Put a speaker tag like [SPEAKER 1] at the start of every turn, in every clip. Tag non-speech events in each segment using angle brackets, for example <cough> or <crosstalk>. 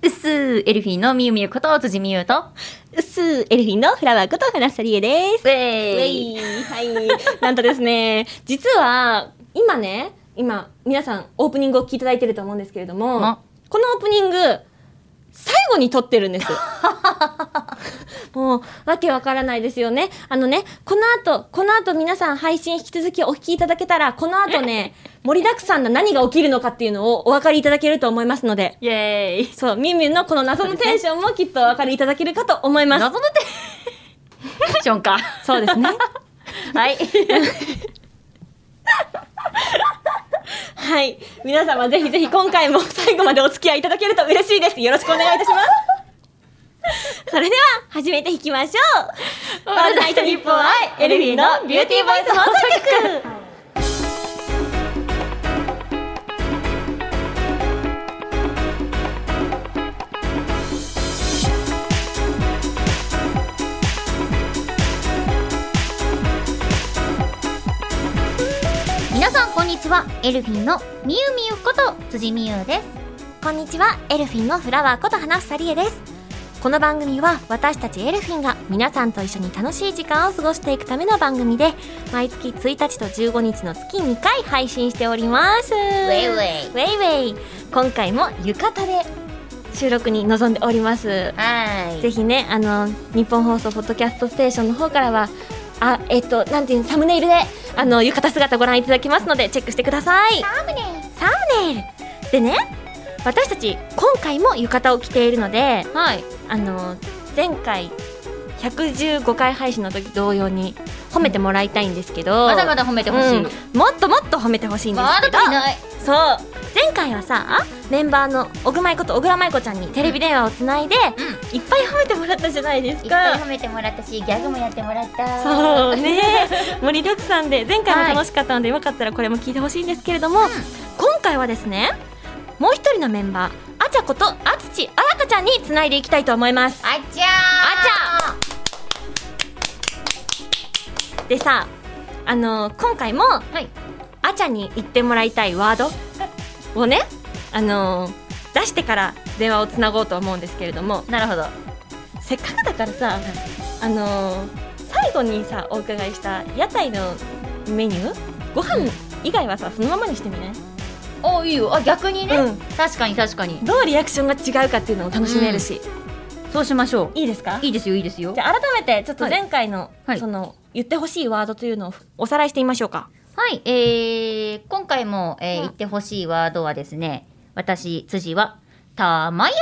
[SPEAKER 1] ーエルフィーのみゆみゆこと辻みゆと
[SPEAKER 2] うっすーエルフィンのフラワーこと花さりえです。
[SPEAKER 1] ウ
[SPEAKER 2] ウ
[SPEAKER 1] ェ
[SPEAKER 2] ェ
[SPEAKER 1] イ
[SPEAKER 2] イはい。なんとですね、実は、今ね、今、皆さんオープニングを聞いていただいてると思うんですけれども、
[SPEAKER 1] ま
[SPEAKER 2] このオープニング、最後に撮ってる
[SPEAKER 1] <laughs>
[SPEAKER 2] んです。もう、わけわからないですよね。あのね、この後、この後皆さん配信引き続きお聞きいただけたら、この後ね、盛りだくさんな何が起きるのかっていうのをお分かりいただけると思いますので、
[SPEAKER 1] イエー <laughs> イ
[SPEAKER 2] そう、みゆみゆのこの謎のテンションもきっとお分かりいただけるかと思います。
[SPEAKER 1] 謎のテンションか
[SPEAKER 2] そうですね。
[SPEAKER 1] <laughs> はい
[SPEAKER 2] はい。皆様ぜひぜひ今回も最後までお付き合いいただけると嬉しいです。よろしくお願いいたします。それでは始めていきまし
[SPEAKER 1] <laughs>
[SPEAKER 2] ょう。
[SPEAKER 1] オールナイトニッポンアイエルフィーのビューティーボイス放送
[SPEAKER 2] 局。
[SPEAKER 1] 皆さんこんにちはエルフィーのみゆみゆこと辻みゆです
[SPEAKER 2] こんにちは、エルフィンのフラワーこと花房理恵です。この番組は私たちエルフィンが皆さんと一緒に楽しい時間を過ごしていくための番組で、毎月1日と15日の月2回配信しております。ウ
[SPEAKER 1] ェイウェイ
[SPEAKER 2] ウェイウェイ。今回も浴衣で収録に臨んでおります。
[SPEAKER 1] は
[SPEAKER 2] ぜひね、あの、日本放送ポッドキャストステーションの方からは、あ、えっと、なんていうのサムネイルで、あの、浴衣姿ご覧いただけますので、チェックしてください。
[SPEAKER 1] サムネ
[SPEAKER 2] サムネイルでね私たち今回も浴衣を着ているので
[SPEAKER 1] はい
[SPEAKER 2] あの前回115回配信の時同様に褒めてもらいたいんですけど
[SPEAKER 1] まだまだ褒めてほしい、
[SPEAKER 2] うんもっともっと褒めてほしいんです
[SPEAKER 1] まだ
[SPEAKER 2] けど
[SPEAKER 1] 足りない
[SPEAKER 2] そう前回はさメンバーの小熊いこと小倉舞子ちゃんにテレビ電話をつないで、
[SPEAKER 1] うん
[SPEAKER 2] いっぱい褒めてもらったじゃないです
[SPEAKER 1] いっぱい
[SPEAKER 2] か
[SPEAKER 1] 褒めてもらったしギャグもやってもらった
[SPEAKER 2] そうね盛りだくさんで前回も楽しかったので、よかったらこれも聞いてほしいんですけれども、今回はですねもう一人のメンバーあちゃことあつちあらかちゃんにつないでいきたいと思います
[SPEAKER 1] あちゃーあ
[SPEAKER 2] でさあの今回
[SPEAKER 1] ち
[SPEAKER 2] も
[SPEAKER 1] ゃはい
[SPEAKER 2] あちゃんに言ってもらいたいワードをねあの出してから電話をつなごうと思うんですけれども
[SPEAKER 1] なるほど
[SPEAKER 2] せっかくだからさあの最後にさお伺いした屋台のメニューご飯以外はさそのままにしてみない
[SPEAKER 1] おいいよあ逆にね、
[SPEAKER 2] うん
[SPEAKER 1] 確かに確かに
[SPEAKER 2] どうリアクションが違うかっていうのも楽しめるし、
[SPEAKER 1] そうしましょ
[SPEAKER 2] いいですか
[SPEAKER 1] ういいですよいいですよ
[SPEAKER 2] じゃあ改めてちょっと前回の、
[SPEAKER 1] はい
[SPEAKER 2] その言ってほしいワードというのをおさらいしてみましょうか。
[SPEAKER 1] はい、えー、今回も、えー言ってほしいワードはですね私辻は「たまや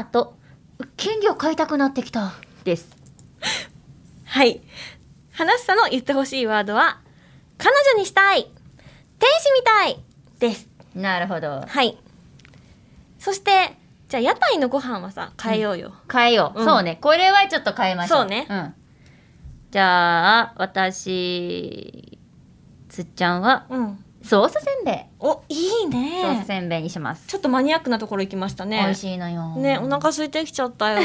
[SPEAKER 1] ー」と「権利を買いたくなってきた」です
[SPEAKER 2] はい。話したの言ってほしいワードは彼女にしたい天使みたいです。
[SPEAKER 1] なるほど
[SPEAKER 2] はい。そしてじゃあ屋台のご飯はさ変えようよ。
[SPEAKER 1] 変えよう、
[SPEAKER 2] うん
[SPEAKER 1] そうねこれはちょっと変えましょう
[SPEAKER 2] そうね
[SPEAKER 1] ん、じゃあ私つっちゃんは
[SPEAKER 2] うん。
[SPEAKER 1] ソースせんべい、
[SPEAKER 2] おいい
[SPEAKER 1] ソース
[SPEAKER 2] ね。
[SPEAKER 1] せんべいにします、
[SPEAKER 2] ちょっとマニアックなところ行きましたね。
[SPEAKER 1] 美味しいのよ
[SPEAKER 2] ね、お腹空いてきちゃったよ。 <laughs>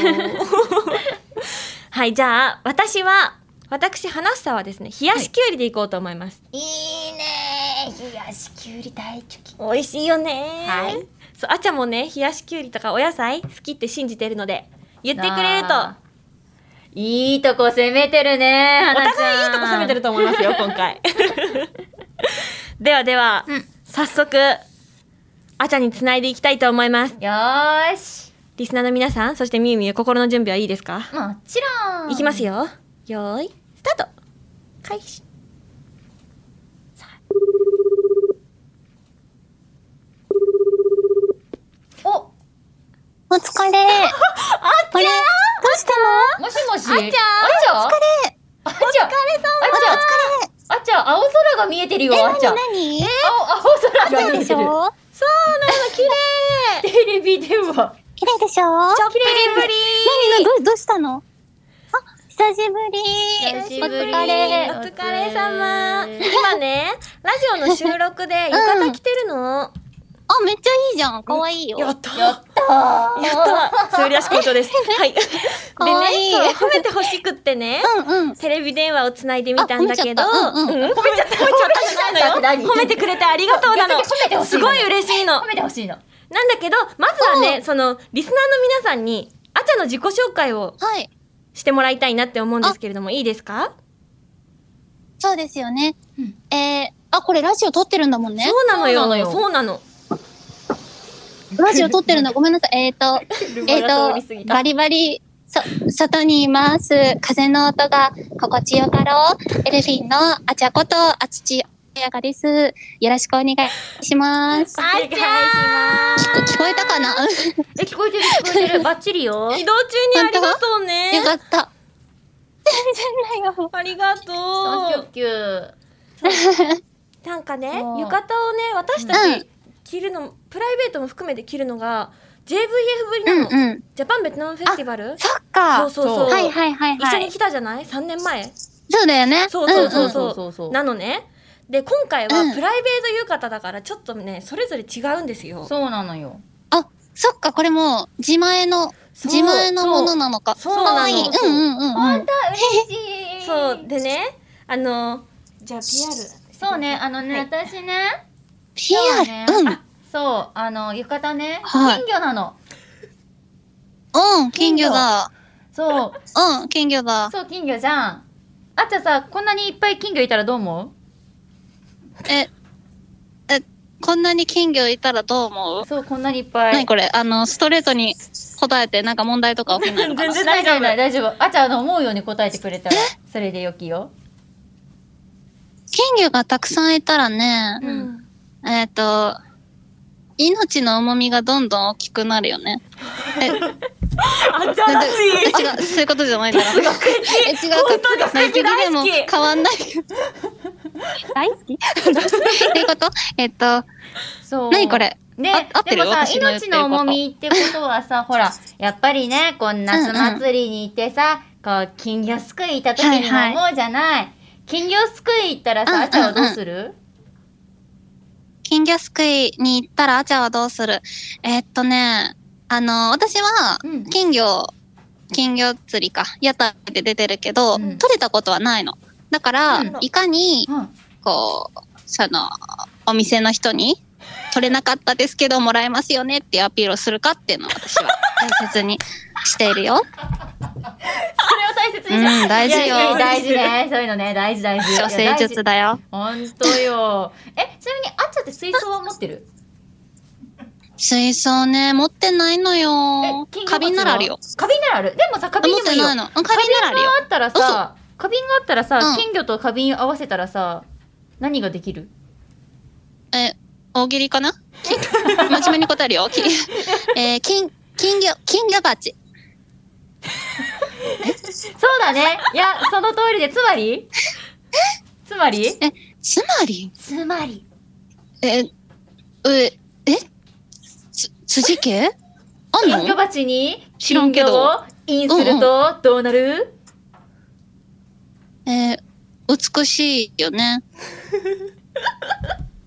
[SPEAKER 2] はい、じゃあ私は私話したはですね冷やしきゅうりでいこうと思います。
[SPEAKER 1] いいねー冷やしきゅうり大好き
[SPEAKER 2] 美味しいよね
[SPEAKER 1] はい
[SPEAKER 2] そうあちゃんもね冷やしきゅうりとかお野菜好きって信じてるので言ってくれると
[SPEAKER 1] あーいいとこ攻めてるね
[SPEAKER 2] お
[SPEAKER 1] 花ちゃん
[SPEAKER 2] 互いいいとこ攻めてると思いますよ今 <laughs> 回ではでは、
[SPEAKER 1] うん
[SPEAKER 2] 早速あちゃんにつないでいきたいと思います
[SPEAKER 1] よーし
[SPEAKER 2] リスナーの皆さんそしてみゆみゆ心の準備はいいですか
[SPEAKER 1] もちろん
[SPEAKER 2] いきますよよーいスタート開始
[SPEAKER 1] お
[SPEAKER 3] お疲れ。あれどうしたの
[SPEAKER 1] もしもし
[SPEAKER 2] あちゃん
[SPEAKER 1] あちゃんあちゃんあちゃんあちゃん青空が見えてるよあ
[SPEAKER 3] お疲
[SPEAKER 1] ち
[SPEAKER 3] れ。
[SPEAKER 1] ゃん
[SPEAKER 3] え、なになに
[SPEAKER 1] 青青空が見え
[SPEAKER 3] で
[SPEAKER 1] て
[SPEAKER 3] し
[SPEAKER 1] る
[SPEAKER 2] そ
[SPEAKER 3] ょ
[SPEAKER 2] うなの綺麗
[SPEAKER 1] テレビ電話
[SPEAKER 3] 綺麗でしょな
[SPEAKER 2] ちょっぴりぶり
[SPEAKER 3] になどう、どうしたのあ、久しぶ
[SPEAKER 1] 久し
[SPEAKER 3] り。
[SPEAKER 1] ぶり
[SPEAKER 3] お疲れ。
[SPEAKER 1] お
[SPEAKER 2] お
[SPEAKER 1] 疲
[SPEAKER 2] 疲
[SPEAKER 1] れ
[SPEAKER 2] れ
[SPEAKER 1] 様
[SPEAKER 2] 様今ねラジオの収録で浴衣着てるの、
[SPEAKER 3] あ、めっちゃいいじゃん。かわいいよ。
[SPEAKER 2] やったやったやったすり足校長です。はい。でね、
[SPEAKER 3] かわいい
[SPEAKER 2] そう褒めてほしくってね、
[SPEAKER 3] うんうん。
[SPEAKER 2] テレビ電話をつないでみたんだけど、
[SPEAKER 3] あ褒めちゃったうん
[SPEAKER 2] うん褒めちゃった、褒めちゃったのよ
[SPEAKER 1] 何
[SPEAKER 2] 褒めてくれてありがとうなの
[SPEAKER 1] 褒めて。ほしい
[SPEAKER 2] すごい嬉しいの
[SPEAKER 1] 褒。めてほしいの
[SPEAKER 2] ねなんだけど、まずは
[SPEAKER 3] う
[SPEAKER 2] ね、その、リスナーの皆さんに、あちゃの自己紹介を
[SPEAKER 3] はい。
[SPEAKER 2] してもらいたいなって思うんですけれども、いいですか
[SPEAKER 3] そうですよね。
[SPEAKER 1] うん
[SPEAKER 3] えー、あ、これラジオ撮ってるんだもんね。
[SPEAKER 2] そうなのよ。
[SPEAKER 1] そ
[SPEAKER 2] そうう
[SPEAKER 1] なの
[SPEAKER 2] な
[SPEAKER 1] よ
[SPEAKER 2] の。
[SPEAKER 3] ラジオ撮ってるんだ。ごめんなさい。えっ、と、えっ、と、バ
[SPEAKER 2] リ
[SPEAKER 3] リバリ、そ、外にいます。風の音が心地よかろう。エルフィンのあちゃこと、あつちやかです。よろしくお願いします。
[SPEAKER 2] あちゃ
[SPEAKER 3] 聞こ聞こえたかな
[SPEAKER 1] え、聞こえてる、聞こえてる。バッチリよ
[SPEAKER 2] ー。移動中にありがとうね
[SPEAKER 3] よ。かった。全然ないよ。
[SPEAKER 2] ありが
[SPEAKER 1] サンキ
[SPEAKER 2] と
[SPEAKER 1] ュッキュー。
[SPEAKER 2] う。なんかね、浴
[SPEAKER 1] もう
[SPEAKER 2] 衣をね、私た
[SPEAKER 3] うん
[SPEAKER 2] ち着るの、プライベートも含めて着るのが、JVF ぶり
[SPEAKER 3] う
[SPEAKER 2] なんの。
[SPEAKER 3] うん。
[SPEAKER 2] ジャパンベトナムフェスティバル
[SPEAKER 3] そっか。
[SPEAKER 2] そうそうそう。
[SPEAKER 3] はいはいはい
[SPEAKER 2] 一緒
[SPEAKER 3] はい
[SPEAKER 2] に。来たじゃない3年前
[SPEAKER 3] そうだよね。
[SPEAKER 2] そうそうそうん
[SPEAKER 3] ん
[SPEAKER 2] そう
[SPEAKER 1] そうそう
[SPEAKER 2] なのねで今回
[SPEAKER 3] うん
[SPEAKER 2] はプライベート浴衣だからちょっとねそれぞれ違うんですよ
[SPEAKER 1] そうなのよ。
[SPEAKER 3] あ、そっか、これもう自前の、
[SPEAKER 2] そう
[SPEAKER 3] 自前のものなのか。
[SPEAKER 2] そうそうなの
[SPEAKER 3] 可愛いうんうんうんうん。
[SPEAKER 1] 嬉 <laughs> しい。
[SPEAKER 2] そうでねあのじゃあ PR
[SPEAKER 1] そうね、あのね、
[SPEAKER 2] はい
[SPEAKER 1] 私ね、
[SPEAKER 3] ピ
[SPEAKER 1] 今日
[SPEAKER 3] ア
[SPEAKER 1] ね
[SPEAKER 3] ル、うん。
[SPEAKER 1] そう、あの、浴衣ね、
[SPEAKER 3] はい
[SPEAKER 1] 金魚なの。
[SPEAKER 3] うん、金魚だ。
[SPEAKER 1] そう、
[SPEAKER 3] <laughs> うん、金魚だ。
[SPEAKER 1] そう、金魚じゃん。あっちゃんさ、こんなにいっぱい金魚いたらどう思
[SPEAKER 3] え、え、こんなに金魚いたらどう思う
[SPEAKER 1] うそう、こんなにいっぱ
[SPEAKER 3] 何
[SPEAKER 1] い。
[SPEAKER 3] これあの、ストレートに答えて、なんか問題とか起きないのか
[SPEAKER 2] 全
[SPEAKER 3] な
[SPEAKER 2] 然
[SPEAKER 1] 大
[SPEAKER 2] 大
[SPEAKER 1] 丈
[SPEAKER 2] 丈
[SPEAKER 1] 夫大
[SPEAKER 2] 夫
[SPEAKER 1] 丈夫。あっちゃん、あの、思うように答えてくれたら、それでよきよ。
[SPEAKER 3] <laughs> 金魚がたくさんいたらね、
[SPEAKER 1] う
[SPEAKER 2] うんん
[SPEAKER 3] えっ、と、命の重みがどんどん大きくなるよね。 <laughs> え、違う、
[SPEAKER 2] あじゃらしい
[SPEAKER 3] そういうことじゃないから。え、違うか
[SPEAKER 2] 本当だ
[SPEAKER 3] まあ
[SPEAKER 2] 哲学大好き
[SPEAKER 3] でも変わんない。大好きっていうことえっ、と、
[SPEAKER 1] そう。
[SPEAKER 3] 何これ
[SPEAKER 1] ね
[SPEAKER 3] あ合ってる
[SPEAKER 1] でもさ、
[SPEAKER 3] 私の言って
[SPEAKER 1] 命
[SPEAKER 3] ること
[SPEAKER 1] の重みってことはさ、ほら、やっぱりね、こん夏祭りに行ってさ、こう、金魚すくい行った時に
[SPEAKER 3] はい
[SPEAKER 1] も思うじゃない。金魚すくい行ったら
[SPEAKER 3] うん
[SPEAKER 1] さ、
[SPEAKER 3] うん
[SPEAKER 1] あっちゃんはどうする、
[SPEAKER 3] 金魚すくいに行ったらアチャはどうするえーっとね、あの、私は
[SPEAKER 1] うん、
[SPEAKER 3] 金魚、金魚釣りか、屋台で出てるけど、
[SPEAKER 1] うん
[SPEAKER 3] 取れたことはないの。だから、
[SPEAKER 1] うん
[SPEAKER 3] いかに、
[SPEAKER 1] うん
[SPEAKER 3] こう、その、お店の人に、取れなかったですけど、もらえますよねっていうアピールをするかっていうのを
[SPEAKER 1] <laughs>
[SPEAKER 3] 私は大切にしているよ。
[SPEAKER 1] それを大切にし
[SPEAKER 3] うん大事よ
[SPEAKER 1] いやいや大事ね。そういうのね、大事大事。
[SPEAKER 3] 女性術
[SPEAKER 1] だ。
[SPEAKER 3] だよ。
[SPEAKER 1] 本当よ。え、ちなみにあっちゃんって水槽は持ってる？
[SPEAKER 3] 水槽ね、持ってないのよ
[SPEAKER 1] え。
[SPEAKER 3] 花瓶ならあるよ。。
[SPEAKER 1] 金魚鉢は花瓶ならある。でもさ、花瓶
[SPEAKER 3] 持っ
[SPEAKER 1] でもい
[SPEAKER 3] て
[SPEAKER 1] いよ。
[SPEAKER 3] ない
[SPEAKER 1] 花
[SPEAKER 3] の。うん花瓶ならある
[SPEAKER 1] 瓶
[SPEAKER 3] よ
[SPEAKER 1] が。あったらさ、花瓶があったらさ、
[SPEAKER 3] うん
[SPEAKER 1] 金魚と花瓶合わせたらさ、何ができる？
[SPEAKER 3] え、大喜利かな <laughs> き真面目に答えるよ。きえー金、金魚、金魚鉢。
[SPEAKER 1] そうだね。いや、その通りで、つまり？つまり？
[SPEAKER 3] え、つまり、
[SPEAKER 1] つまり。
[SPEAKER 3] え、う、え、つ、辻家あん
[SPEAKER 1] 金魚
[SPEAKER 3] の
[SPEAKER 1] 鉢に
[SPEAKER 3] 知らん
[SPEAKER 1] 金
[SPEAKER 3] けど
[SPEAKER 1] 魚をインするとどうなる？
[SPEAKER 3] えー美しいよね。 <laughs>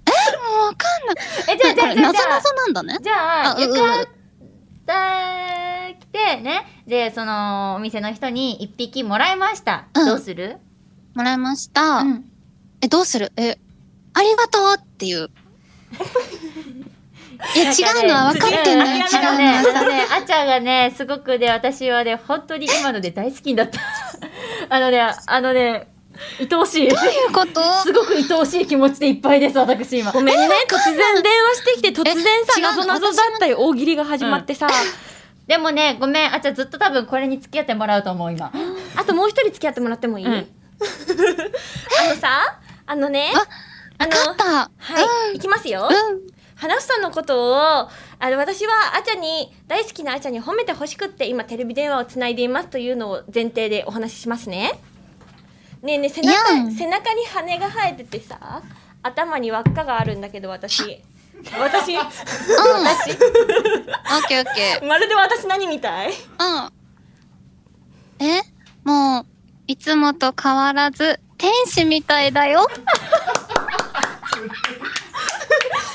[SPEAKER 3] え、もうわかんな
[SPEAKER 1] え、
[SPEAKER 3] い。
[SPEAKER 1] じゃあじゃあじ
[SPEAKER 3] これ、
[SPEAKER 1] ゃあ
[SPEAKER 3] な
[SPEAKER 1] じ
[SPEAKER 3] ぞ
[SPEAKER 1] ゃあ
[SPEAKER 3] な。ぞなんだね。
[SPEAKER 1] じゃあ、
[SPEAKER 3] あうん
[SPEAKER 1] 浴
[SPEAKER 3] うん
[SPEAKER 1] 衣着てね、で、その、お店の人に一匹もらいました。
[SPEAKER 3] うん
[SPEAKER 1] どうする
[SPEAKER 3] もらいました。
[SPEAKER 1] うん
[SPEAKER 3] え、どうするえ、ありがとうっていう。いや、違うのは分かってんのよ。違う
[SPEAKER 1] ね
[SPEAKER 3] の
[SPEAKER 1] あのね、あ
[SPEAKER 3] は
[SPEAKER 1] のね、あちゃんがね、すごくね、私はね、本当に今ので大好きになった。あのね、あのね、愛おしい。
[SPEAKER 3] どういうこと
[SPEAKER 1] すごく愛おしい気持ちでいっぱいです、私今。
[SPEAKER 2] ごめんね突然電話してきて突然
[SPEAKER 3] え
[SPEAKER 2] さ
[SPEAKER 3] 違う
[SPEAKER 2] な
[SPEAKER 3] の
[SPEAKER 2] ぞなぞだったり大喜利が始まってさ
[SPEAKER 1] でもね、ごめん、あちゃんずっと多分これに付き合ってもらうと思う、今。
[SPEAKER 2] あともう一人付き合ってもらってもいい
[SPEAKER 1] うん
[SPEAKER 2] <laughs> あのさあのね
[SPEAKER 3] あ
[SPEAKER 2] あ
[SPEAKER 3] 分
[SPEAKER 2] の
[SPEAKER 3] かった。
[SPEAKER 2] はいいきますよ
[SPEAKER 3] うん。うん。
[SPEAKER 2] 花房のことをあの私はあちゃに大好きなあちゃに褒めてほしくって今テレビ電話をつないでいますというのを前提でお話ししますね。ねえねえ背
[SPEAKER 3] いや
[SPEAKER 2] 中
[SPEAKER 3] ん
[SPEAKER 2] 背中に羽が生えててさ頭に輪っかがあるんだけど私私
[SPEAKER 3] 私 <laughs> オッケーオッケ
[SPEAKER 2] <laughs> まるで私何みたい
[SPEAKER 3] ー。うん。えもう、いつもと変わらず、天使みたいだよ。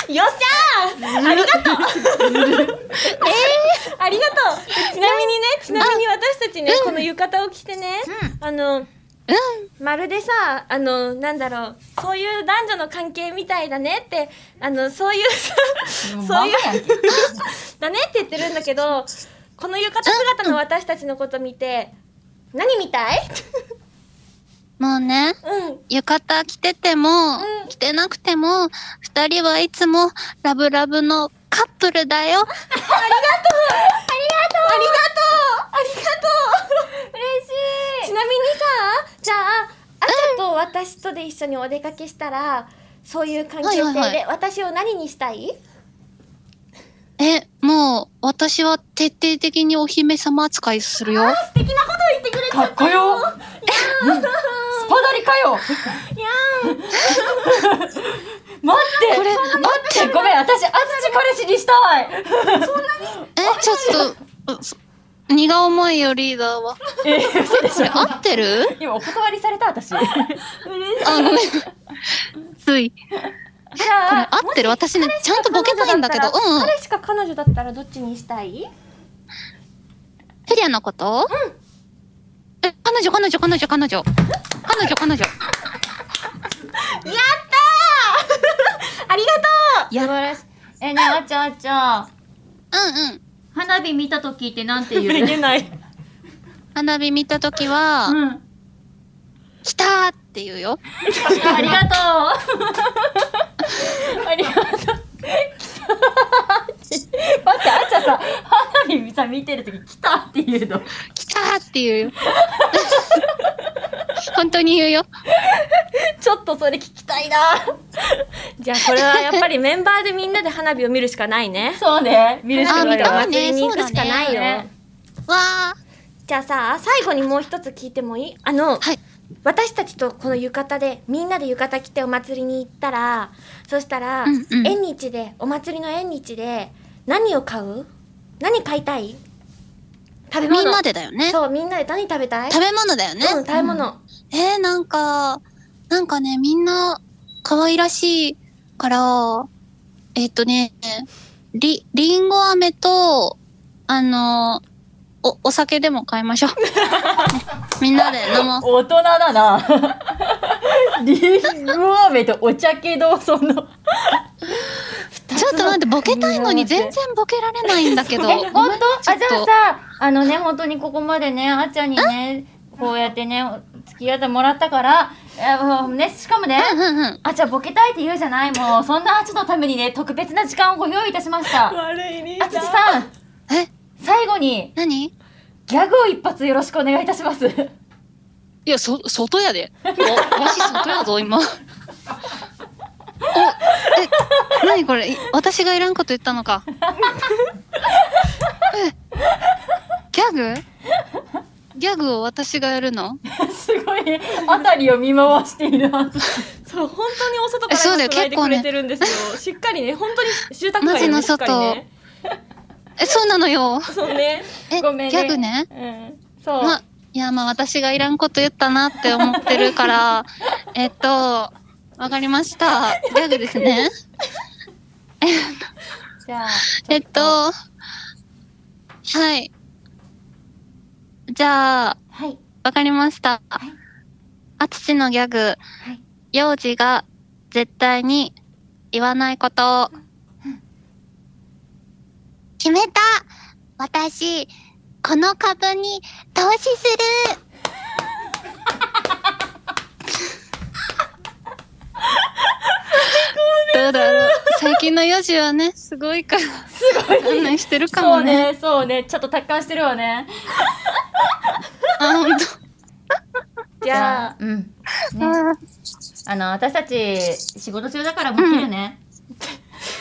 [SPEAKER 2] よっしゃーありが
[SPEAKER 1] <laughs>
[SPEAKER 2] とうえー、ありがとうちなみにねちなみに私たちね、この浴衣を着てね、あのまるでさあのなんだろうそういう男女の関係みたいだねってあのそういうさ
[SPEAKER 1] もう
[SPEAKER 2] そういう
[SPEAKER 1] 孫やんけ
[SPEAKER 2] <laughs> だねって言ってるんだけどこの浴衣姿の私たちのこと見て何みたい
[SPEAKER 3] もうね、
[SPEAKER 2] うんうん
[SPEAKER 3] 浴衣着てても、
[SPEAKER 2] うん
[SPEAKER 3] 着てなくても、二人はいつもラブラブのカップルだよ。
[SPEAKER 2] ありがとうありがとう嬉しいちなみにさじゃああちゃと私とで一緒にお出かけしたらそういう関係
[SPEAKER 3] はいは
[SPEAKER 2] 性
[SPEAKER 3] いは
[SPEAKER 2] で私を何にしたい
[SPEAKER 3] え、もう、私は徹底的にお姫様扱いするよ。
[SPEAKER 2] 素敵なこと言ってくれち
[SPEAKER 4] か
[SPEAKER 2] ゃっ
[SPEAKER 4] っこ
[SPEAKER 2] たよ
[SPEAKER 4] よスパダリかよ
[SPEAKER 2] いや
[SPEAKER 4] 待ってこれ待ってごめん私あつち彼氏にしたい
[SPEAKER 3] え、ちょっと、う荷が重いよ、リーダーは。
[SPEAKER 4] えー、嘘でし
[SPEAKER 3] それ合ってる
[SPEAKER 4] 今お断りされた <laughs> 私
[SPEAKER 2] ー嬉しい
[SPEAKER 3] あ、 <laughs> ごめん。つい。
[SPEAKER 2] じゃあ
[SPEAKER 3] 合ってる私ね、ちゃんとボケたいんだけど。うん。
[SPEAKER 2] 彼しか彼女だったらどっちにしたい
[SPEAKER 3] フェリアのことうん。え、彼女、彼女、彼女、彼女。彼女、彼女。
[SPEAKER 2] やったーありがと
[SPEAKER 1] 素晴らしいえねえあっちゃんあっちゃん
[SPEAKER 3] うんうん。
[SPEAKER 1] 花火見た時ってなんて
[SPEAKER 2] う
[SPEAKER 1] 言う
[SPEAKER 2] ない
[SPEAKER 3] 花火見たときは、
[SPEAKER 1] うん
[SPEAKER 3] 来たーって言うよ。
[SPEAKER 1] ありがと
[SPEAKER 4] あり
[SPEAKER 1] <laughs>
[SPEAKER 4] がとう来た待ってあっちゃんさ花火さ見てる時来たって言うの
[SPEAKER 3] 来たーって言うよ。 <laughs> 本当に言うよ。
[SPEAKER 2] ちょっとそれ聞き
[SPEAKER 3] <laughs>
[SPEAKER 2] たいな。じゃあこれはやっぱりメンバーでみんなで花火を見るしかないね。
[SPEAKER 4] そうね見るしかない
[SPEAKER 3] あ
[SPEAKER 4] わ
[SPEAKER 3] 見たね
[SPEAKER 2] に行くしかない
[SPEAKER 3] そう
[SPEAKER 2] よ。
[SPEAKER 4] だね
[SPEAKER 3] わー。
[SPEAKER 2] じゃあさ最後にもう一つ聞いてもいいあの、
[SPEAKER 3] はい
[SPEAKER 2] 私たちとこの浴衣でみんなで浴衣着てお祭りに行ったらそしたら、
[SPEAKER 3] うんうん
[SPEAKER 2] 縁日でお祭りの縁日で何を買う何買いたい食べ
[SPEAKER 3] み
[SPEAKER 2] 物
[SPEAKER 3] んなでだよね。食
[SPEAKER 2] そうみんなで何食べたい
[SPEAKER 3] べ物だよね。
[SPEAKER 2] うん食べ物、
[SPEAKER 3] えー、なんか、なんかね、みんな、可愛らしいから、えっとね、り、りんご飴と、あの、お、お酒でも買いま
[SPEAKER 1] <laughs>
[SPEAKER 3] しょう。ねみんなで飲もう。
[SPEAKER 4] 大人だなリンゴ飴とお茶けどその
[SPEAKER 3] ちょっと待って、ボケたいのに全然ボケられないんだけど。
[SPEAKER 1] うえ本当
[SPEAKER 3] ちょ
[SPEAKER 1] あ
[SPEAKER 3] っ
[SPEAKER 1] じゃ
[SPEAKER 3] と
[SPEAKER 1] あさあのね本当にここまでねあっちゃんにねこうやってね付き合ってもらったからえねしかもね
[SPEAKER 3] うんうんうん。
[SPEAKER 1] あじゃあボケたいって言うじゃないもうそんなあちのためにね特別な時間をご用意いたしましたあ
[SPEAKER 2] 悪いリ
[SPEAKER 1] つちさん
[SPEAKER 3] え
[SPEAKER 1] 最後に
[SPEAKER 3] 何い
[SPEAKER 1] ギャグを一発よろしくお願いいたします
[SPEAKER 3] や、そ、外やで。わし外やぞ、
[SPEAKER 4] <laughs>
[SPEAKER 3] 今。お、え、何これい私がいらんこと言ったの
[SPEAKER 4] <laughs>
[SPEAKER 3] か。え、ギャグギャグを私がやるの
[SPEAKER 4] すごい辺りを見回しているはず
[SPEAKER 2] そう本当にお外
[SPEAKER 3] えそうだよ
[SPEAKER 2] 今
[SPEAKER 3] 結構ね
[SPEAKER 2] るんですよ、しっかりね本当に住
[SPEAKER 3] マジの外え、そうなのよ。
[SPEAKER 2] そうね
[SPEAKER 3] え、
[SPEAKER 4] ごめんね
[SPEAKER 3] ギャグね。
[SPEAKER 4] うんそう、
[SPEAKER 3] ま、いや、まあ私がいらんこと言ったなって思ってるから、えっと、わかりま
[SPEAKER 4] <laughs>
[SPEAKER 3] した。ギャグですね。
[SPEAKER 1] じゃあ
[SPEAKER 3] えっと、はい。じゃあ、
[SPEAKER 1] はい
[SPEAKER 3] わかりました
[SPEAKER 1] い。
[SPEAKER 3] あつしのギャグ、幼児が絶対に言わないこと。決めた私、この株に投資するどうだろう最近の幼児はね、すごいから。すごい。案内してるか
[SPEAKER 4] そ
[SPEAKER 3] も
[SPEAKER 4] う
[SPEAKER 3] ね。
[SPEAKER 4] ねそうねちょっと達観してるわね
[SPEAKER 3] あ、ほんと。
[SPEAKER 2] じゃあ
[SPEAKER 1] うんねあの私たち仕事中だからもう切るね、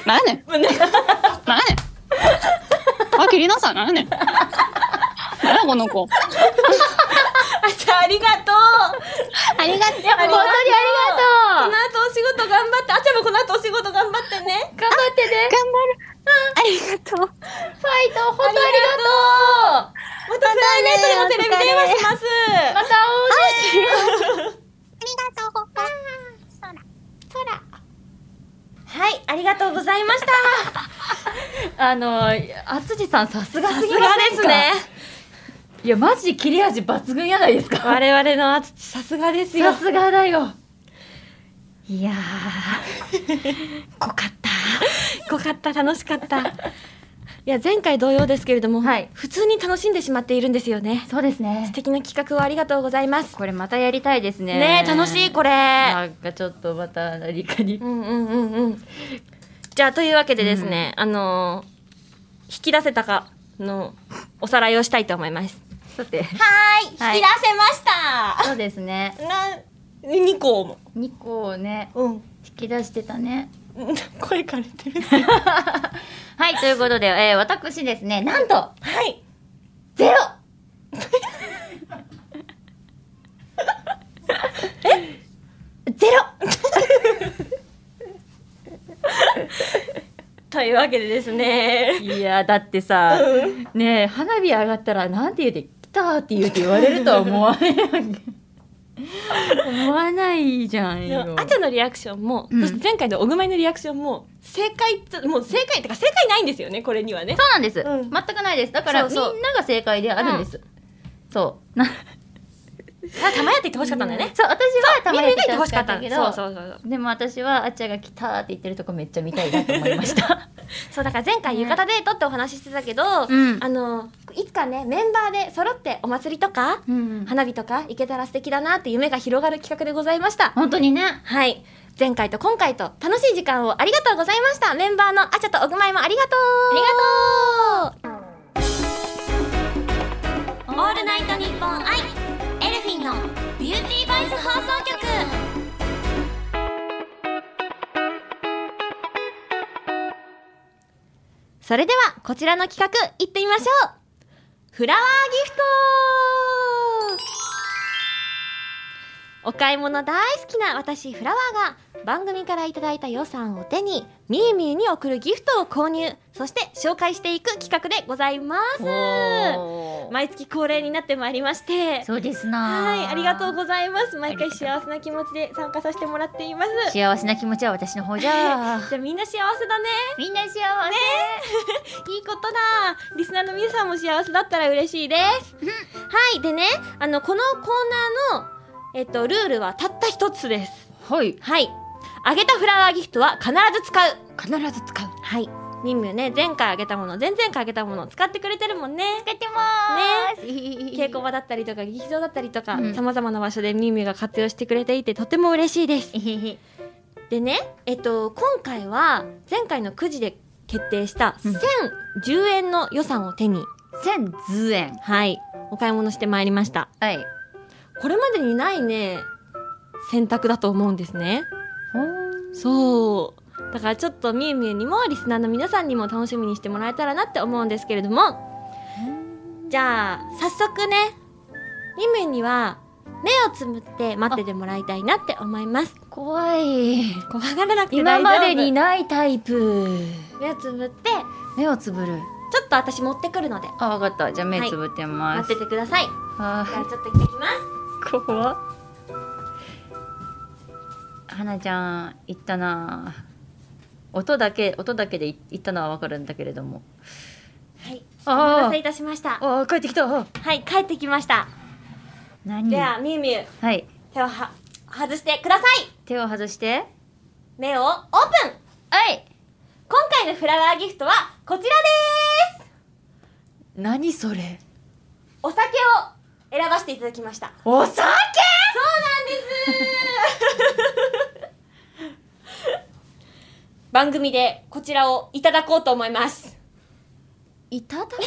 [SPEAKER 3] なんやねん。なんやねん。あ、切りなさい。なんやねん。なんやこの子。
[SPEAKER 2] あちゃありがとう
[SPEAKER 3] ありがと
[SPEAKER 2] 本
[SPEAKER 3] う。
[SPEAKER 2] 当に
[SPEAKER 1] あ
[SPEAKER 2] この後お仕事頑張ってあちゃもこの後お仕事頑張ってね
[SPEAKER 1] 頑張ってね
[SPEAKER 3] ありがと
[SPEAKER 1] ファイト
[SPEAKER 3] う。
[SPEAKER 1] 本当ありがと
[SPEAKER 2] またプライベートでもテレビ電話します
[SPEAKER 1] うまた会おうね
[SPEAKER 3] ありがとう。ほか。
[SPEAKER 2] はいありがとうございました
[SPEAKER 1] あのあつじさんさすが
[SPEAKER 2] さ
[SPEAKER 1] す
[SPEAKER 2] す
[SPEAKER 1] ぎ
[SPEAKER 2] が
[SPEAKER 1] ませんか
[SPEAKER 2] ですね
[SPEAKER 4] いやマジで切れ味抜群やないですか
[SPEAKER 2] 我々のあつさすがですよ
[SPEAKER 4] さすがだよ
[SPEAKER 1] いやー
[SPEAKER 2] <laughs>
[SPEAKER 1] 濃かった
[SPEAKER 2] 濃かった楽しかったいや前回同様ですけれども、
[SPEAKER 1] はい
[SPEAKER 2] 普通に楽しんでしまっているんですよね
[SPEAKER 1] そうですね
[SPEAKER 2] 素敵な企画をありがとうございます
[SPEAKER 1] これまたやりたいですね
[SPEAKER 2] ねえ楽しいこれ
[SPEAKER 4] なんかちょっとまた何かに
[SPEAKER 2] うんうんうんうんじゃあというわけでですね、あのー引き出せたかのおさらいをしたいと思います
[SPEAKER 1] さて
[SPEAKER 2] はーい、
[SPEAKER 1] 引き
[SPEAKER 2] 出せました
[SPEAKER 1] そうですね
[SPEAKER 2] な2個も、
[SPEAKER 1] 2個をね
[SPEAKER 2] うん、
[SPEAKER 1] 引き出してたね
[SPEAKER 2] <laughs> 声かれてる
[SPEAKER 1] はいということで、えー、私ですねなんと
[SPEAKER 2] はい
[SPEAKER 1] ゼロえゼロ
[SPEAKER 2] というわけでですね
[SPEAKER 4] いやだってさねえ花火上がったらなんて言うて「来た!」って言うて言われるとは思わない思わないじゃん
[SPEAKER 2] で
[SPEAKER 4] よ
[SPEAKER 2] もあちゃんのリアクションも、
[SPEAKER 1] うん
[SPEAKER 2] そして前回のおぐまいのリアクションも正解ともう正解ってか正解ないんですよねこれにはね
[SPEAKER 1] そうなんです、
[SPEAKER 2] うん
[SPEAKER 1] 全くないですだから
[SPEAKER 2] そうそう
[SPEAKER 1] みんなが正解であるんです、そうな
[SPEAKER 2] あ玉やって言ってほしかったんだよね、
[SPEAKER 1] <laughs> そう私はた
[SPEAKER 2] みん
[SPEAKER 1] ま
[SPEAKER 2] な
[SPEAKER 1] に
[SPEAKER 2] が言ってほしかったんだ
[SPEAKER 1] け
[SPEAKER 2] けど
[SPEAKER 1] ど
[SPEAKER 2] そうそうそうそう
[SPEAKER 1] でも私はあっちゃんが来たーって言ってるとこめっちゃ見たいなと思いました
[SPEAKER 2] そうだから前回
[SPEAKER 1] ね
[SPEAKER 2] 浴衣デートってお話ししてたけど、
[SPEAKER 1] うん
[SPEAKER 2] あのいつかねメンバーで揃ってお祭りとか、
[SPEAKER 1] うん
[SPEAKER 2] 花火とか行けたら素敵だなって夢が広がる企画でございました
[SPEAKER 1] 本当にね
[SPEAKER 2] はい前回と今回と楽しい時間をありがとうございましたメンバーのあちゃとおぐまいもありがとうありがとうオールナイトニッポンアイエルフィンのビューティーバイス放送局それではこちらの企画いってみましょうフラワーギフトお買い物大好きな私フラワーが番組からいただいた予算を手にみーみーに送るギフトを購入そして紹介していく企画でございます
[SPEAKER 1] おー
[SPEAKER 2] 毎月恒例になってまいりまして
[SPEAKER 1] そうですな
[SPEAKER 2] はいありがと
[SPEAKER 1] ざ
[SPEAKER 2] う
[SPEAKER 1] い
[SPEAKER 2] ございます毎回幸せな気持ちで参加させてもらっていますじゃ
[SPEAKER 1] 幸せな気持ちは私の方じゃ
[SPEAKER 2] あみんな幸せだね
[SPEAKER 1] みんな幸せ、
[SPEAKER 2] いいことだリスナーの皆さんも幸せだったら嬉しいですはいでねあのこのコーナーのえっとルールはたった一つです
[SPEAKER 1] はい
[SPEAKER 2] はい。あげたフラワーギフトは必ず使う。
[SPEAKER 1] 必ず使う
[SPEAKER 2] はい。ミンミンね、前回あげたもの、前々回あげたものを使ってくれてるもんね。
[SPEAKER 1] 使ってます、
[SPEAKER 2] 稽古場だったりとか劇場だったりとか
[SPEAKER 1] うん
[SPEAKER 2] さまざまな場所でミンミンが活用してくれていてとても嬉しいです。でね、えっと、今回は前回のくじで決定した
[SPEAKER 1] うん
[SPEAKER 2] 1010円の予算を手に、
[SPEAKER 1] 千図円
[SPEAKER 2] はい、お買い物してまいりました。
[SPEAKER 1] はい
[SPEAKER 2] これまでにないね、選択だと思うんですね。そうだからちょっとみゆみゆにもリスナーの皆さんにも楽しみにしてもらえたらなって思うんですけれどもじゃあ早速ねみゆみゆには目をつむって待っててもらいたいなって思います
[SPEAKER 1] 怖い
[SPEAKER 2] 怖がらなくて
[SPEAKER 1] 今
[SPEAKER 2] 大丈夫
[SPEAKER 1] までにないタイプ
[SPEAKER 2] 目をつむってちょ
[SPEAKER 1] 目をつぶる
[SPEAKER 2] っと私持ってくるので
[SPEAKER 1] あ、わかったじゃあ目つぶってま
[SPEAKER 2] 待
[SPEAKER 1] す、
[SPEAKER 2] っててくださいじ
[SPEAKER 1] あ
[SPEAKER 2] ゃあちょっと行ってきます
[SPEAKER 1] ー怖っ花ちゃん行ったな音だけ音だけで行ったのはわかるんだけれども
[SPEAKER 2] はいお待
[SPEAKER 1] あ
[SPEAKER 2] たせいたしました
[SPEAKER 1] ああ帰ってきた
[SPEAKER 2] はい帰ってきました
[SPEAKER 1] 何
[SPEAKER 2] ではみゆみゆ
[SPEAKER 1] はい
[SPEAKER 2] 手をは外してください
[SPEAKER 1] 手を外して
[SPEAKER 2] 目をオープン
[SPEAKER 1] はい
[SPEAKER 2] 今回のフラワーギフトはこちらです
[SPEAKER 1] 何それ
[SPEAKER 2] お酒を選ばせていただきました
[SPEAKER 1] お酒
[SPEAKER 2] そうなんです <laughs> 番組でこちらをいただこうと思います
[SPEAKER 1] いただく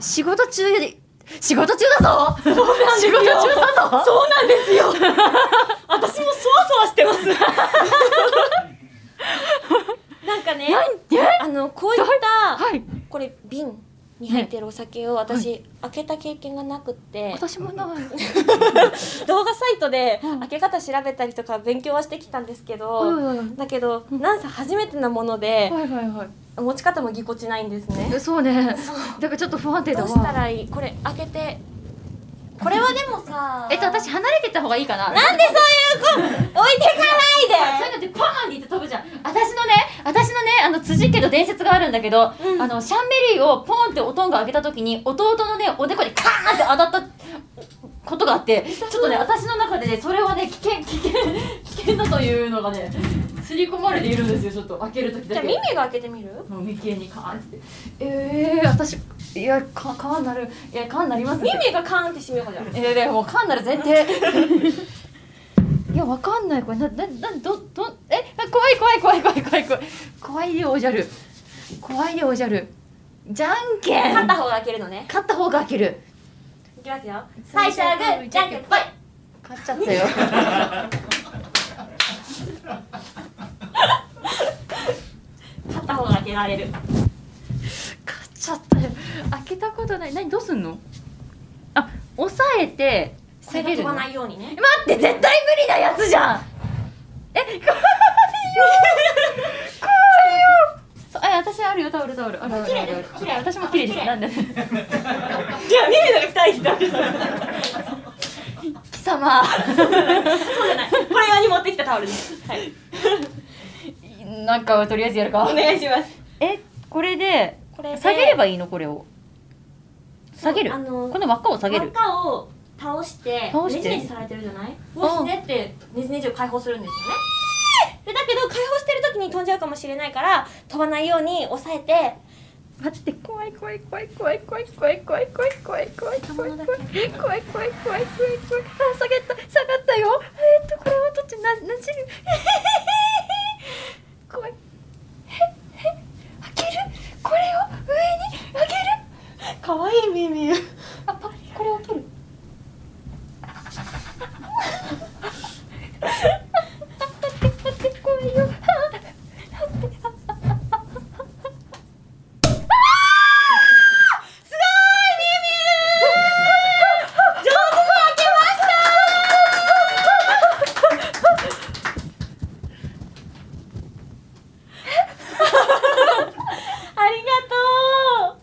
[SPEAKER 1] 仕事中より仕事中だぞそうなん仕事中だぞ
[SPEAKER 2] そうなんですよ私もそわそわしてますなんかねあのこういった、
[SPEAKER 1] はい
[SPEAKER 2] これ瓶に入ってるお酒を私、開けた経験がなくって
[SPEAKER 1] 私もない
[SPEAKER 2] 動画サイトで開け方調べたりとか勉強はしてきたんですけど、
[SPEAKER 1] はいはい
[SPEAKER 2] だけど、なんせ初めてなもので、
[SPEAKER 1] はいは
[SPEAKER 2] 持ち方もぎこちないんですね
[SPEAKER 1] いそうね
[SPEAKER 2] そう
[SPEAKER 1] だからちょっと不安定だ
[SPEAKER 2] ど
[SPEAKER 1] わ
[SPEAKER 2] うしたらいいこれ開けてこれはでもさ
[SPEAKER 1] えっと私離れてった方がいいかな
[SPEAKER 2] なんでそういう子置いて
[SPEAKER 1] そう
[SPEAKER 2] かないいで
[SPEAKER 1] うのってパーンって言って飛ぶじゃん私のねしいけど伝説があるんだけど、
[SPEAKER 2] うん
[SPEAKER 1] あのシャンベリーをポンっておとんが開けた時に弟のねおでこにカーンって当たったことがあってちょっとね私の中でねそれはね危険危険危険だというのがね刷り込まれているんですよちょっと開ける時だけ
[SPEAKER 2] じゃあ耳が開けてみる
[SPEAKER 1] もう眉間にカーンってええー、私いやかカーンなるいやカーンなります
[SPEAKER 2] 耳がカーンって閉めようかじゃん
[SPEAKER 1] えー、でもカーンなる前提いやわかんないこれなななどどえあ怖い怖い怖い怖い怖い怖い怖いでおじゃる怖いでおじゃるじゃんけん
[SPEAKER 2] 勝った方が開けるのね
[SPEAKER 1] 勝った方が開ける
[SPEAKER 2] いきますよ最初はグーじゃんけんぽい
[SPEAKER 1] 勝っちゃったよ
[SPEAKER 2] 勝った方が開けられる
[SPEAKER 1] 勝っちゃったよ開けたことない何どうすんのあ押さえて
[SPEAKER 2] それ
[SPEAKER 1] 下
[SPEAKER 2] が
[SPEAKER 1] げ
[SPEAKER 2] 飛
[SPEAKER 1] るの
[SPEAKER 2] ば
[SPEAKER 1] 待
[SPEAKER 2] ないようにね
[SPEAKER 1] って絶対無理なやつじゃんえ怖いよ怖いよそうえ私あるよタオルタオルあるあるある
[SPEAKER 2] 綺麗です
[SPEAKER 1] 綺麗私も綺麗ですなんで
[SPEAKER 2] いや耳が二人い <laughs> た
[SPEAKER 1] 貴様
[SPEAKER 2] そうじゃないこれ用に持ってきたタオルですはい
[SPEAKER 1] なんかとりあえずやるか
[SPEAKER 2] お願いします
[SPEAKER 1] えこれで
[SPEAKER 2] これで
[SPEAKER 5] 下げればいいのこれを下げる
[SPEAKER 2] あの
[SPEAKER 5] この輪っかを下げ
[SPEAKER 2] 輪っ
[SPEAKER 5] る
[SPEAKER 2] かを倒して
[SPEAKER 5] 倒して
[SPEAKER 2] ねじねじされてるじゃない押してってねじねじを解放するんですよねでだけど解放してる時に飛んじゃうかもしれないから飛ばないように押さえて
[SPEAKER 1] 待って怖い怖い怖い怖い怖い怖い怖い怖い怖い怖い怖い怖い怖い怖い怖い怖い怖い怖いあ下げた下がったよえっとこれはどっちななじる怖い開けるこれを上に開ける
[SPEAKER 2] かわいい耳
[SPEAKER 1] あパこれ開ける待って待って怖いよ
[SPEAKER 2] ありがとう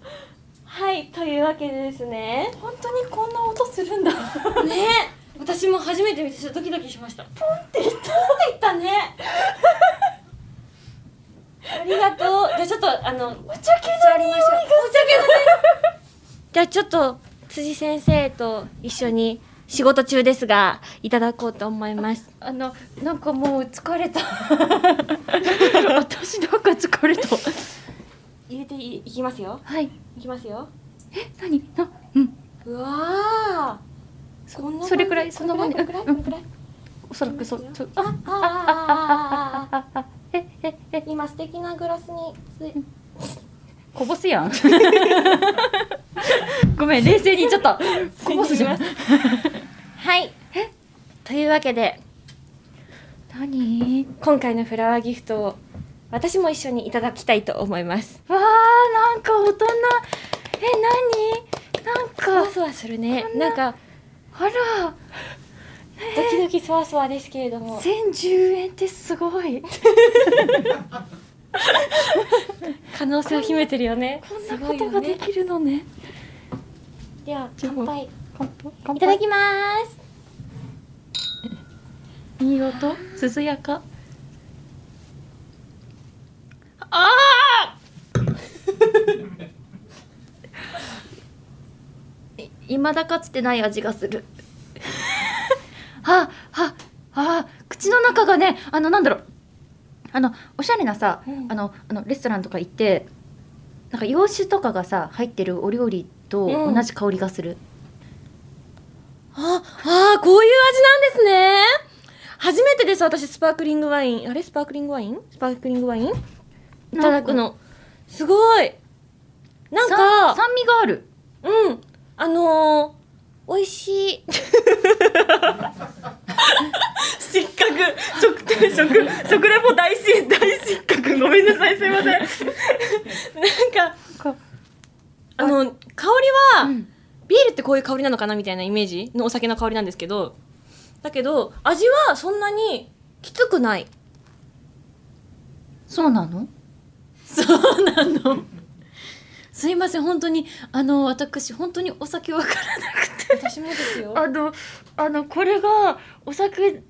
[SPEAKER 2] はいというわけでですね
[SPEAKER 1] 本当にこんな音するんだ
[SPEAKER 2] ね私も初めて見てちょっとドキドキしましたポンっていったっていったねありがとうじゃあちょっとあのお茶系の匂いがお茶系のねじゃあちょっと辻先生と一緒に仕事中ですがいただこうと思います
[SPEAKER 1] あのなんかもう疲
[SPEAKER 2] <laughs>
[SPEAKER 1] れた私なんか疲れた
[SPEAKER 2] 入れていいきますよ
[SPEAKER 1] はい
[SPEAKER 2] いきますよ
[SPEAKER 1] 何なうん
[SPEAKER 2] うわーこん
[SPEAKER 1] それくらいそんなもんね
[SPEAKER 2] これくらいこれくらい
[SPEAKER 1] おそらくそそ
[SPEAKER 2] あああ <laughs> あああ
[SPEAKER 1] えええ
[SPEAKER 2] 今素敵なグラスについ
[SPEAKER 1] こぼすや
[SPEAKER 4] <laughs>
[SPEAKER 1] んごめん冷静にちょっとこぼすじゃん
[SPEAKER 2] はい。というわけで、
[SPEAKER 1] 何
[SPEAKER 2] 今回のフラワーギフトを私も一緒にいただきたいと思います。
[SPEAKER 1] わあなんか大人え何なん
[SPEAKER 2] そわ
[SPEAKER 1] か
[SPEAKER 2] そわするね。なんか、 <laughs>
[SPEAKER 1] あら
[SPEAKER 2] ドキドキそわそわですけれども。
[SPEAKER 1] 1010円ってすごい
[SPEAKER 2] <laughs> 可能性を秘めてるよね。
[SPEAKER 1] こんなことができるのね
[SPEAKER 2] では、乾杯。
[SPEAKER 1] 乾杯
[SPEAKER 2] いただきます。
[SPEAKER 1] いい音涼やかああいまだかつてない味がするあああ口の中がねあのなんだろうあのおしゃれなさ、
[SPEAKER 2] うん
[SPEAKER 1] あのあのレストランとか行ってなんか洋酒とかがさ入ってるお料理と同じ香りがする、
[SPEAKER 2] あ、あー、こういう味なんですね。初めてです、私、スパークリングワイン。あれスパークリングワインスパークリングワインいただくの。すごい。なんか、
[SPEAKER 1] さ酸味がある
[SPEAKER 2] うん。あのー、美味し
[SPEAKER 1] <laughs>
[SPEAKER 2] い。失格。食定食食レポ大失大失格。ごめんなさい。すいません。なんか
[SPEAKER 1] こ
[SPEAKER 2] あの香りは、
[SPEAKER 1] うん
[SPEAKER 2] ビールってこういう香りなのかなみたいなイメージのお酒の香りなんですけど、だけど味はそんなにきつくない。
[SPEAKER 1] そうなの
[SPEAKER 2] そうなの。
[SPEAKER 1] すいません本当にあの私本当にお酒わからなくて
[SPEAKER 2] 私もですよ。
[SPEAKER 1] あのあのこれがお酒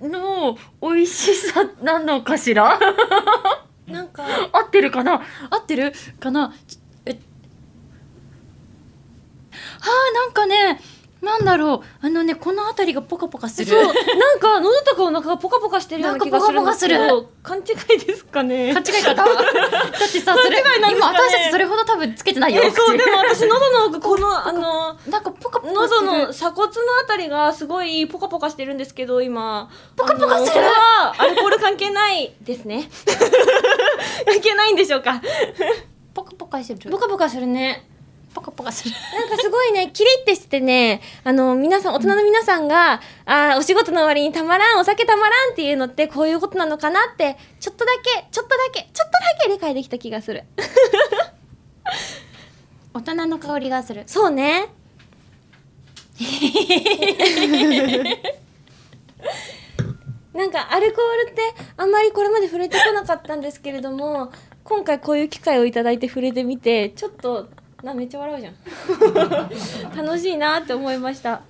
[SPEAKER 1] の美味しさなのかしら
[SPEAKER 2] ねなんか
[SPEAKER 4] 合ってるかな合ってるかなちえはあなんかねなんだろうあのねこの辺りがポカポカする
[SPEAKER 2] そうなんか喉とかお腹がポカポカしてるような気がするんですけ
[SPEAKER 4] なんか
[SPEAKER 2] ど勘違いですかね
[SPEAKER 4] 勘違いかなだってさそれ、
[SPEAKER 2] 勘違いなんです
[SPEAKER 4] 今
[SPEAKER 2] かね
[SPEAKER 4] 私たちそれほど多分つけてないよ
[SPEAKER 2] えそう
[SPEAKER 4] 口
[SPEAKER 2] でも私喉の奥このあの
[SPEAKER 4] なんかポカポカす
[SPEAKER 2] 喉
[SPEAKER 4] る
[SPEAKER 2] の鎖骨のあたりがすごいポカポカしてるんですけど今
[SPEAKER 4] ポカポカす
[SPEAKER 2] あのこ
[SPEAKER 4] る
[SPEAKER 2] れはアルコール関係ないです <laughs> ね関係ないんでしょうか
[SPEAKER 4] ポカポカしてる
[SPEAKER 2] ポカポカするね
[SPEAKER 4] ポカポカする
[SPEAKER 2] なんかすごいね、キリってしててね、あの、皆さん、大人の皆さんが、あーお仕事の終わりにたまらん、お酒たまらんっていうのって、こういうことなのかなって、ちょっとだけ、ちょっとだけ、ちょっとだけ理解できた気がする。
[SPEAKER 4] <laughs> 大人の香りがする
[SPEAKER 2] そうね。なんかアルコールってあんまりこれまで触れてこなかったんですけれども今回こういう機会をいただいて触れてみてちょっとなめっちゃ笑うじゃん楽しいなって思いました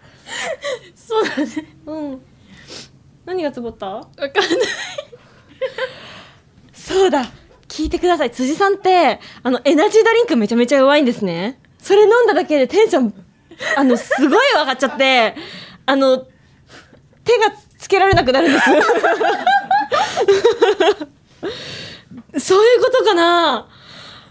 [SPEAKER 4] そうだね
[SPEAKER 2] うん何がつぼった
[SPEAKER 4] わかんない
[SPEAKER 2] そうだ聞いてください辻さんってあのエナジードリンクめちゃめちゃ弱いんですねそれ飲んだだけでテンションあのすごい上がっちゃってあの手がつけられなくなるんですそういうことかな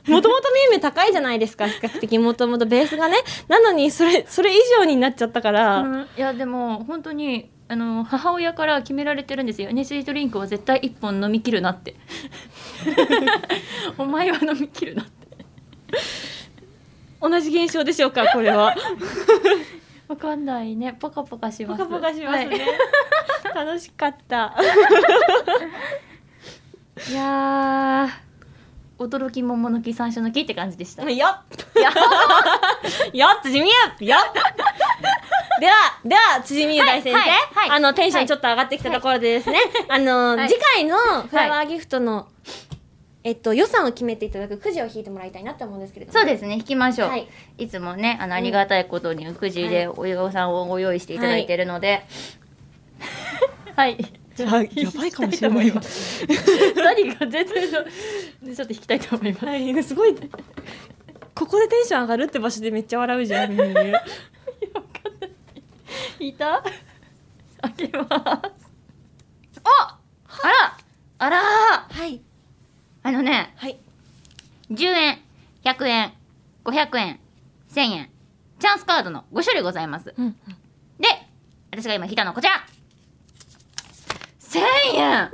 [SPEAKER 2] もともとメイメイ高いじゃないですか比較的もともとベースがねなのにそれそれ以上になっちゃったから、
[SPEAKER 4] うんいやでも本当にあの母親から決められてるんですよ NC ドリンクは絶対1本飲み切るなって <laughs> お前は飲み切るなって
[SPEAKER 2] 同じ現象でしょうかこれは
[SPEAKER 4] わかんないねポ <laughs> カポカし
[SPEAKER 2] ポ
[SPEAKER 4] ます
[SPEAKER 2] カポカします
[SPEAKER 4] はい
[SPEAKER 2] ね、楽しかった
[SPEAKER 4] <laughs> いやー驚き桃の木山椒の木って感じでした
[SPEAKER 2] よっ <laughs> よっ辻美優よっ <laughs> ではでは辻美優大先生、
[SPEAKER 4] はいはいはい
[SPEAKER 2] あのテンションちょっと上がってきたところでですね、あの、
[SPEAKER 4] はい
[SPEAKER 2] 次回のフラワーギフトの、えっと予算を決めていただくくじを引いてもらいたいなと思うんですけれども
[SPEAKER 1] そうですね、引きましょう。
[SPEAKER 2] はいい、
[SPEAKER 1] つもね、あの、ありがたいことに、くじでお洋さんをご用意していただいてるので、 <laughs>
[SPEAKER 4] はい
[SPEAKER 2] じゃあやばいかもしれないわ
[SPEAKER 4] 何か全然のちょっと引きたいと思います
[SPEAKER 2] はいすごいここでテンション上がるって場所でめっちゃ笑うじゃんみんなね
[SPEAKER 4] 引いた開けます
[SPEAKER 1] あらあらー
[SPEAKER 2] はい
[SPEAKER 1] あのね、
[SPEAKER 2] はい
[SPEAKER 1] 10円、100円、500円、1000円、チャンスカードの5種類ございます。
[SPEAKER 2] うん
[SPEAKER 1] で、私が今引いたのはこちら !1000 円。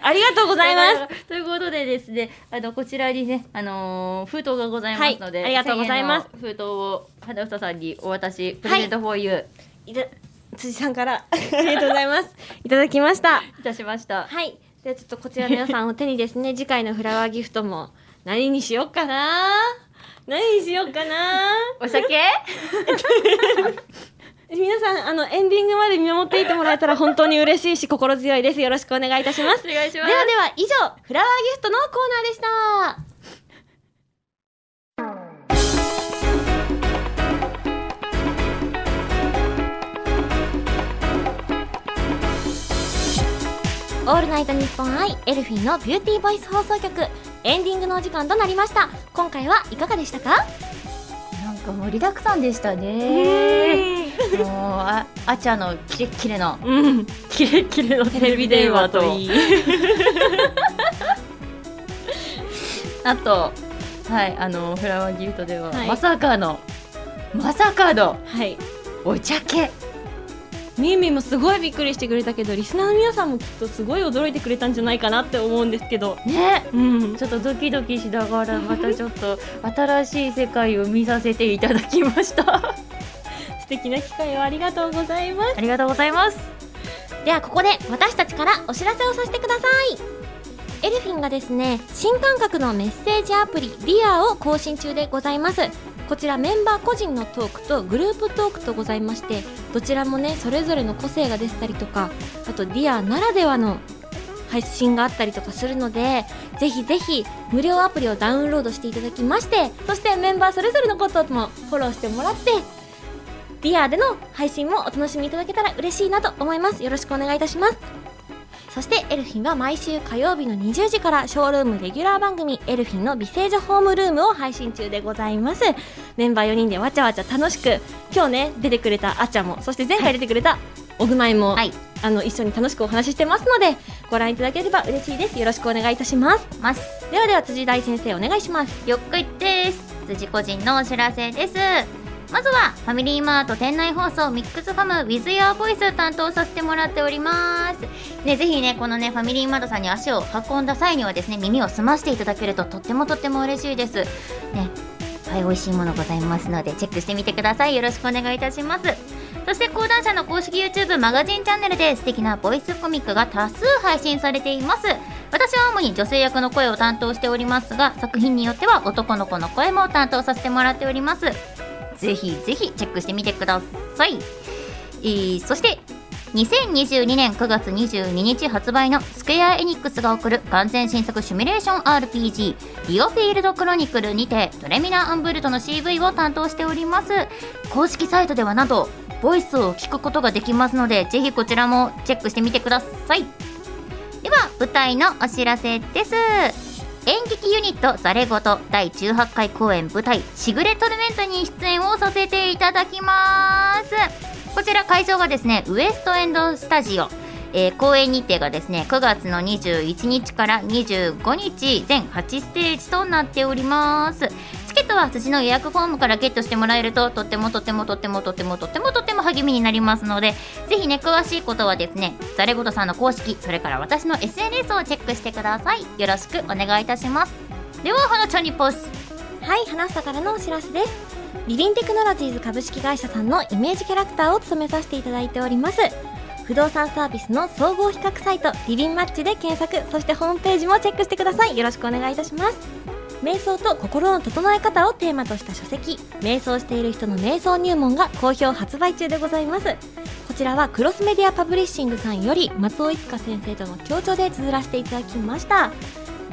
[SPEAKER 2] ありがとうございます
[SPEAKER 1] <laughs> ということでですね、あのこちらにね、あのー封筒がございますので、
[SPEAKER 2] はいありがとうございま
[SPEAKER 1] 1000
[SPEAKER 2] す
[SPEAKER 1] 円の封筒を花房さんにお渡し、プレゼントフォーユー
[SPEAKER 2] すいた辻さんからありがとうございますいただきました
[SPEAKER 1] いたしました。
[SPEAKER 2] はい。ではちょっとこちらの予算を手にですね、次回のフラワーギフトも何にしようかな。何にしようかな。
[SPEAKER 1] お
[SPEAKER 2] <laughs>
[SPEAKER 1] 酒
[SPEAKER 2] 皆さんあのエンディングまで見守っていてもらえたら本当に嬉しいし心強いです。よろしくお願いいたします。
[SPEAKER 1] お願いし
[SPEAKER 2] ではでは以上フラワーギフトのコーナーでした。オールナイトニッポンアイエルフィーのビューティーボイス放送局エンディングのお時間となりました今回はいかがでしたか
[SPEAKER 1] なんか盛りだくさんでしたね。
[SPEAKER 2] え
[SPEAKER 1] もうああちゃんのキレッキレの
[SPEAKER 2] <laughs> うん
[SPEAKER 4] キレッキレのテレビ電話といい
[SPEAKER 1] あとはいあのフラワーギフトでは、
[SPEAKER 2] はい
[SPEAKER 1] まさかのまさかの
[SPEAKER 2] <laughs> はい
[SPEAKER 1] お茶系
[SPEAKER 2] みーみーもすごいびっくりしてくれたけどリスナーの皆さんもきっとすごい驚いてくれたんじゃないかなって思うんですけど
[SPEAKER 1] ね
[SPEAKER 2] うん
[SPEAKER 1] ちょっとドキドキしながらまたちょっと新しい世界を見させていただきました
[SPEAKER 2] 素敵な機会をありがとうございます
[SPEAKER 1] ありがとうございます
[SPEAKER 2] ではここで私たちからお知らせをさせてくださいエルフィンがですね新感覚のメッセージアプリディアを更新中でございますこちらメンバー個人のトークとグループトークとございましてどちらもねそれぞれの個性が出てたりとかあとディアならではの配信があったりとかするのでぜひぜひ無料アプリをダウンロードしていただきましてそしてメンバーそれぞれのこともフォローしてもらってディアでの配信もお楽しみいただけたら嬉しいなと思いますよろしくお願いいたしますそしてエルフィンは毎週火曜日の20時からショールームレギュラー番組「エルフィンの美声女ホームルーム」を配信中でございますメンバー4人でわちゃわちゃ楽しく今日ね出てくれたあっちゃんもそして前回出てくれたおぐまいも、
[SPEAKER 4] はい
[SPEAKER 2] あの一緒に楽しくお話ししてますのでご覧いただければ嬉しいですよろしくお願いいたします
[SPEAKER 4] ます
[SPEAKER 2] ではでは辻大先生お願いします
[SPEAKER 4] よっくいです辻個人のお知らせですまずはファミリーマート店内放送ミックスファム with your voice 担当させてもらっておりますねぜひねこのねファミリーマートさんに足を運んだ際にはですね耳を澄ましていただけるととってもとっても嬉しいですねいっぱい美味しいものございますのでチェックしてみてくださいよろしくお願いいたしますそして講談社の公式 YouTube マガジンチャンネルで素敵なボイスコミックが多数配信されています私は主に女性役の声を担当しておりますが作品によっては男の子の声も担当させてもらっておりますぜひぜひチェックしてみてください、えーそして2022年9月22日発売のスクエア・エニックスが送る完全新作シミュレーション RPG「リオフィールド・クロニクル」にてドレミナ・アンブルトの CV を担当しております公式サイトではなどボイスを聞くことができますのでぜひこちらもチェックしてみてくださいでは舞台のお知らせです演劇ユニットザレゴと第18回公演舞台「しぐれトルメント」に出演をさせていただきますこちら会場がですねウエストエンドスタジオ、えー公演日程がですね9月の21日から25日全8ステージとなっておりますチケットは辻の予約フォームからゲットしてもらえるととってもとってもとってもとってもとってもとっても励みになりますのでぜひね詳しいことはですねザレゴトさんの公式それから私の SNS をチェックしてくださいよろしくお願いいたしますでは花ちゃんにパス
[SPEAKER 2] はい、花房からのお知らせです。リリンテクノロジーズ株式会社さんのイメージキャラクターを務めさせていただいております。不動産サービスの総合比較サイトリビンマッチで検索、そしてホームページもチェックしてください。よろしくお願いいたします。瞑想と心の整え方をテーマとした書籍瞑想している人の瞑想入門が好評発売中でございますこちらはクロスメディアパブリッシングさんより松尾いつか先生との協調で綴らせていただきました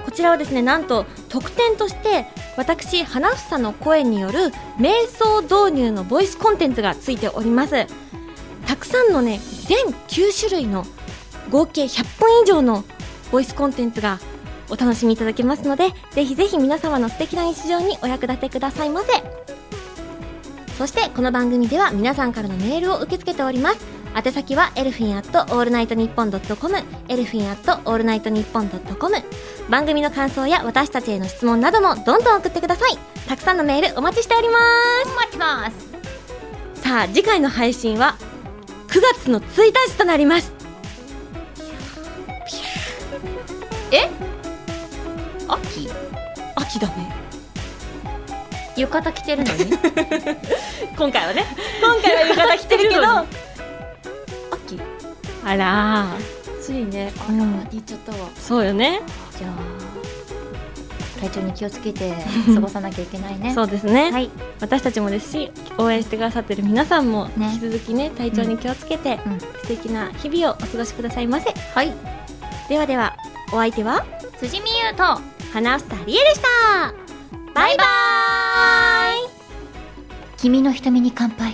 [SPEAKER 2] こちらはですねなんと特典として私花房の声による瞑想導入のボイスコンテンツがついておりますたくさんのね全9種類の合計100本以上のボイスコンテンツがお楽しみいただけますのでぜひぜひ皆様の素敵な日常にお役立てくださいませそしてこの番組では皆さんからのメールを受け付けております宛先はエルフィンアットオールナイトニッポンドットコムエルフィンアットオールナイトニッポンドットコム番組の感想や私たちへの質問などもどんどん送ってくださいたくさんのメールお待ちしておりま
[SPEAKER 4] 待ってます
[SPEAKER 2] すさあ次回の配信は9月の1日となります
[SPEAKER 4] 秋
[SPEAKER 2] 秋だね
[SPEAKER 4] 浴衣着てるの <laughs> に
[SPEAKER 2] 今回はね今回は浴衣着
[SPEAKER 6] <laughs>
[SPEAKER 2] てるけど秋あらー
[SPEAKER 6] ついねあ
[SPEAKER 2] うん
[SPEAKER 6] って言っちゃったわ
[SPEAKER 2] そうよね
[SPEAKER 4] じゃあ体調に気をつけ <laughs> て過ごさなきゃいけないね
[SPEAKER 2] そうですね、
[SPEAKER 4] はい
[SPEAKER 2] 私たちもですし応援してくださってる皆さんも
[SPEAKER 4] ね
[SPEAKER 2] 引き続きね体調に気をつけて、
[SPEAKER 4] うん
[SPEAKER 2] 素敵な日々をお過ごしくださいませ
[SPEAKER 4] はい
[SPEAKER 2] ではではお相手は
[SPEAKER 4] 辻美優と
[SPEAKER 2] 花房理恵でしたバイバーイ
[SPEAKER 4] 君の瞳に乾杯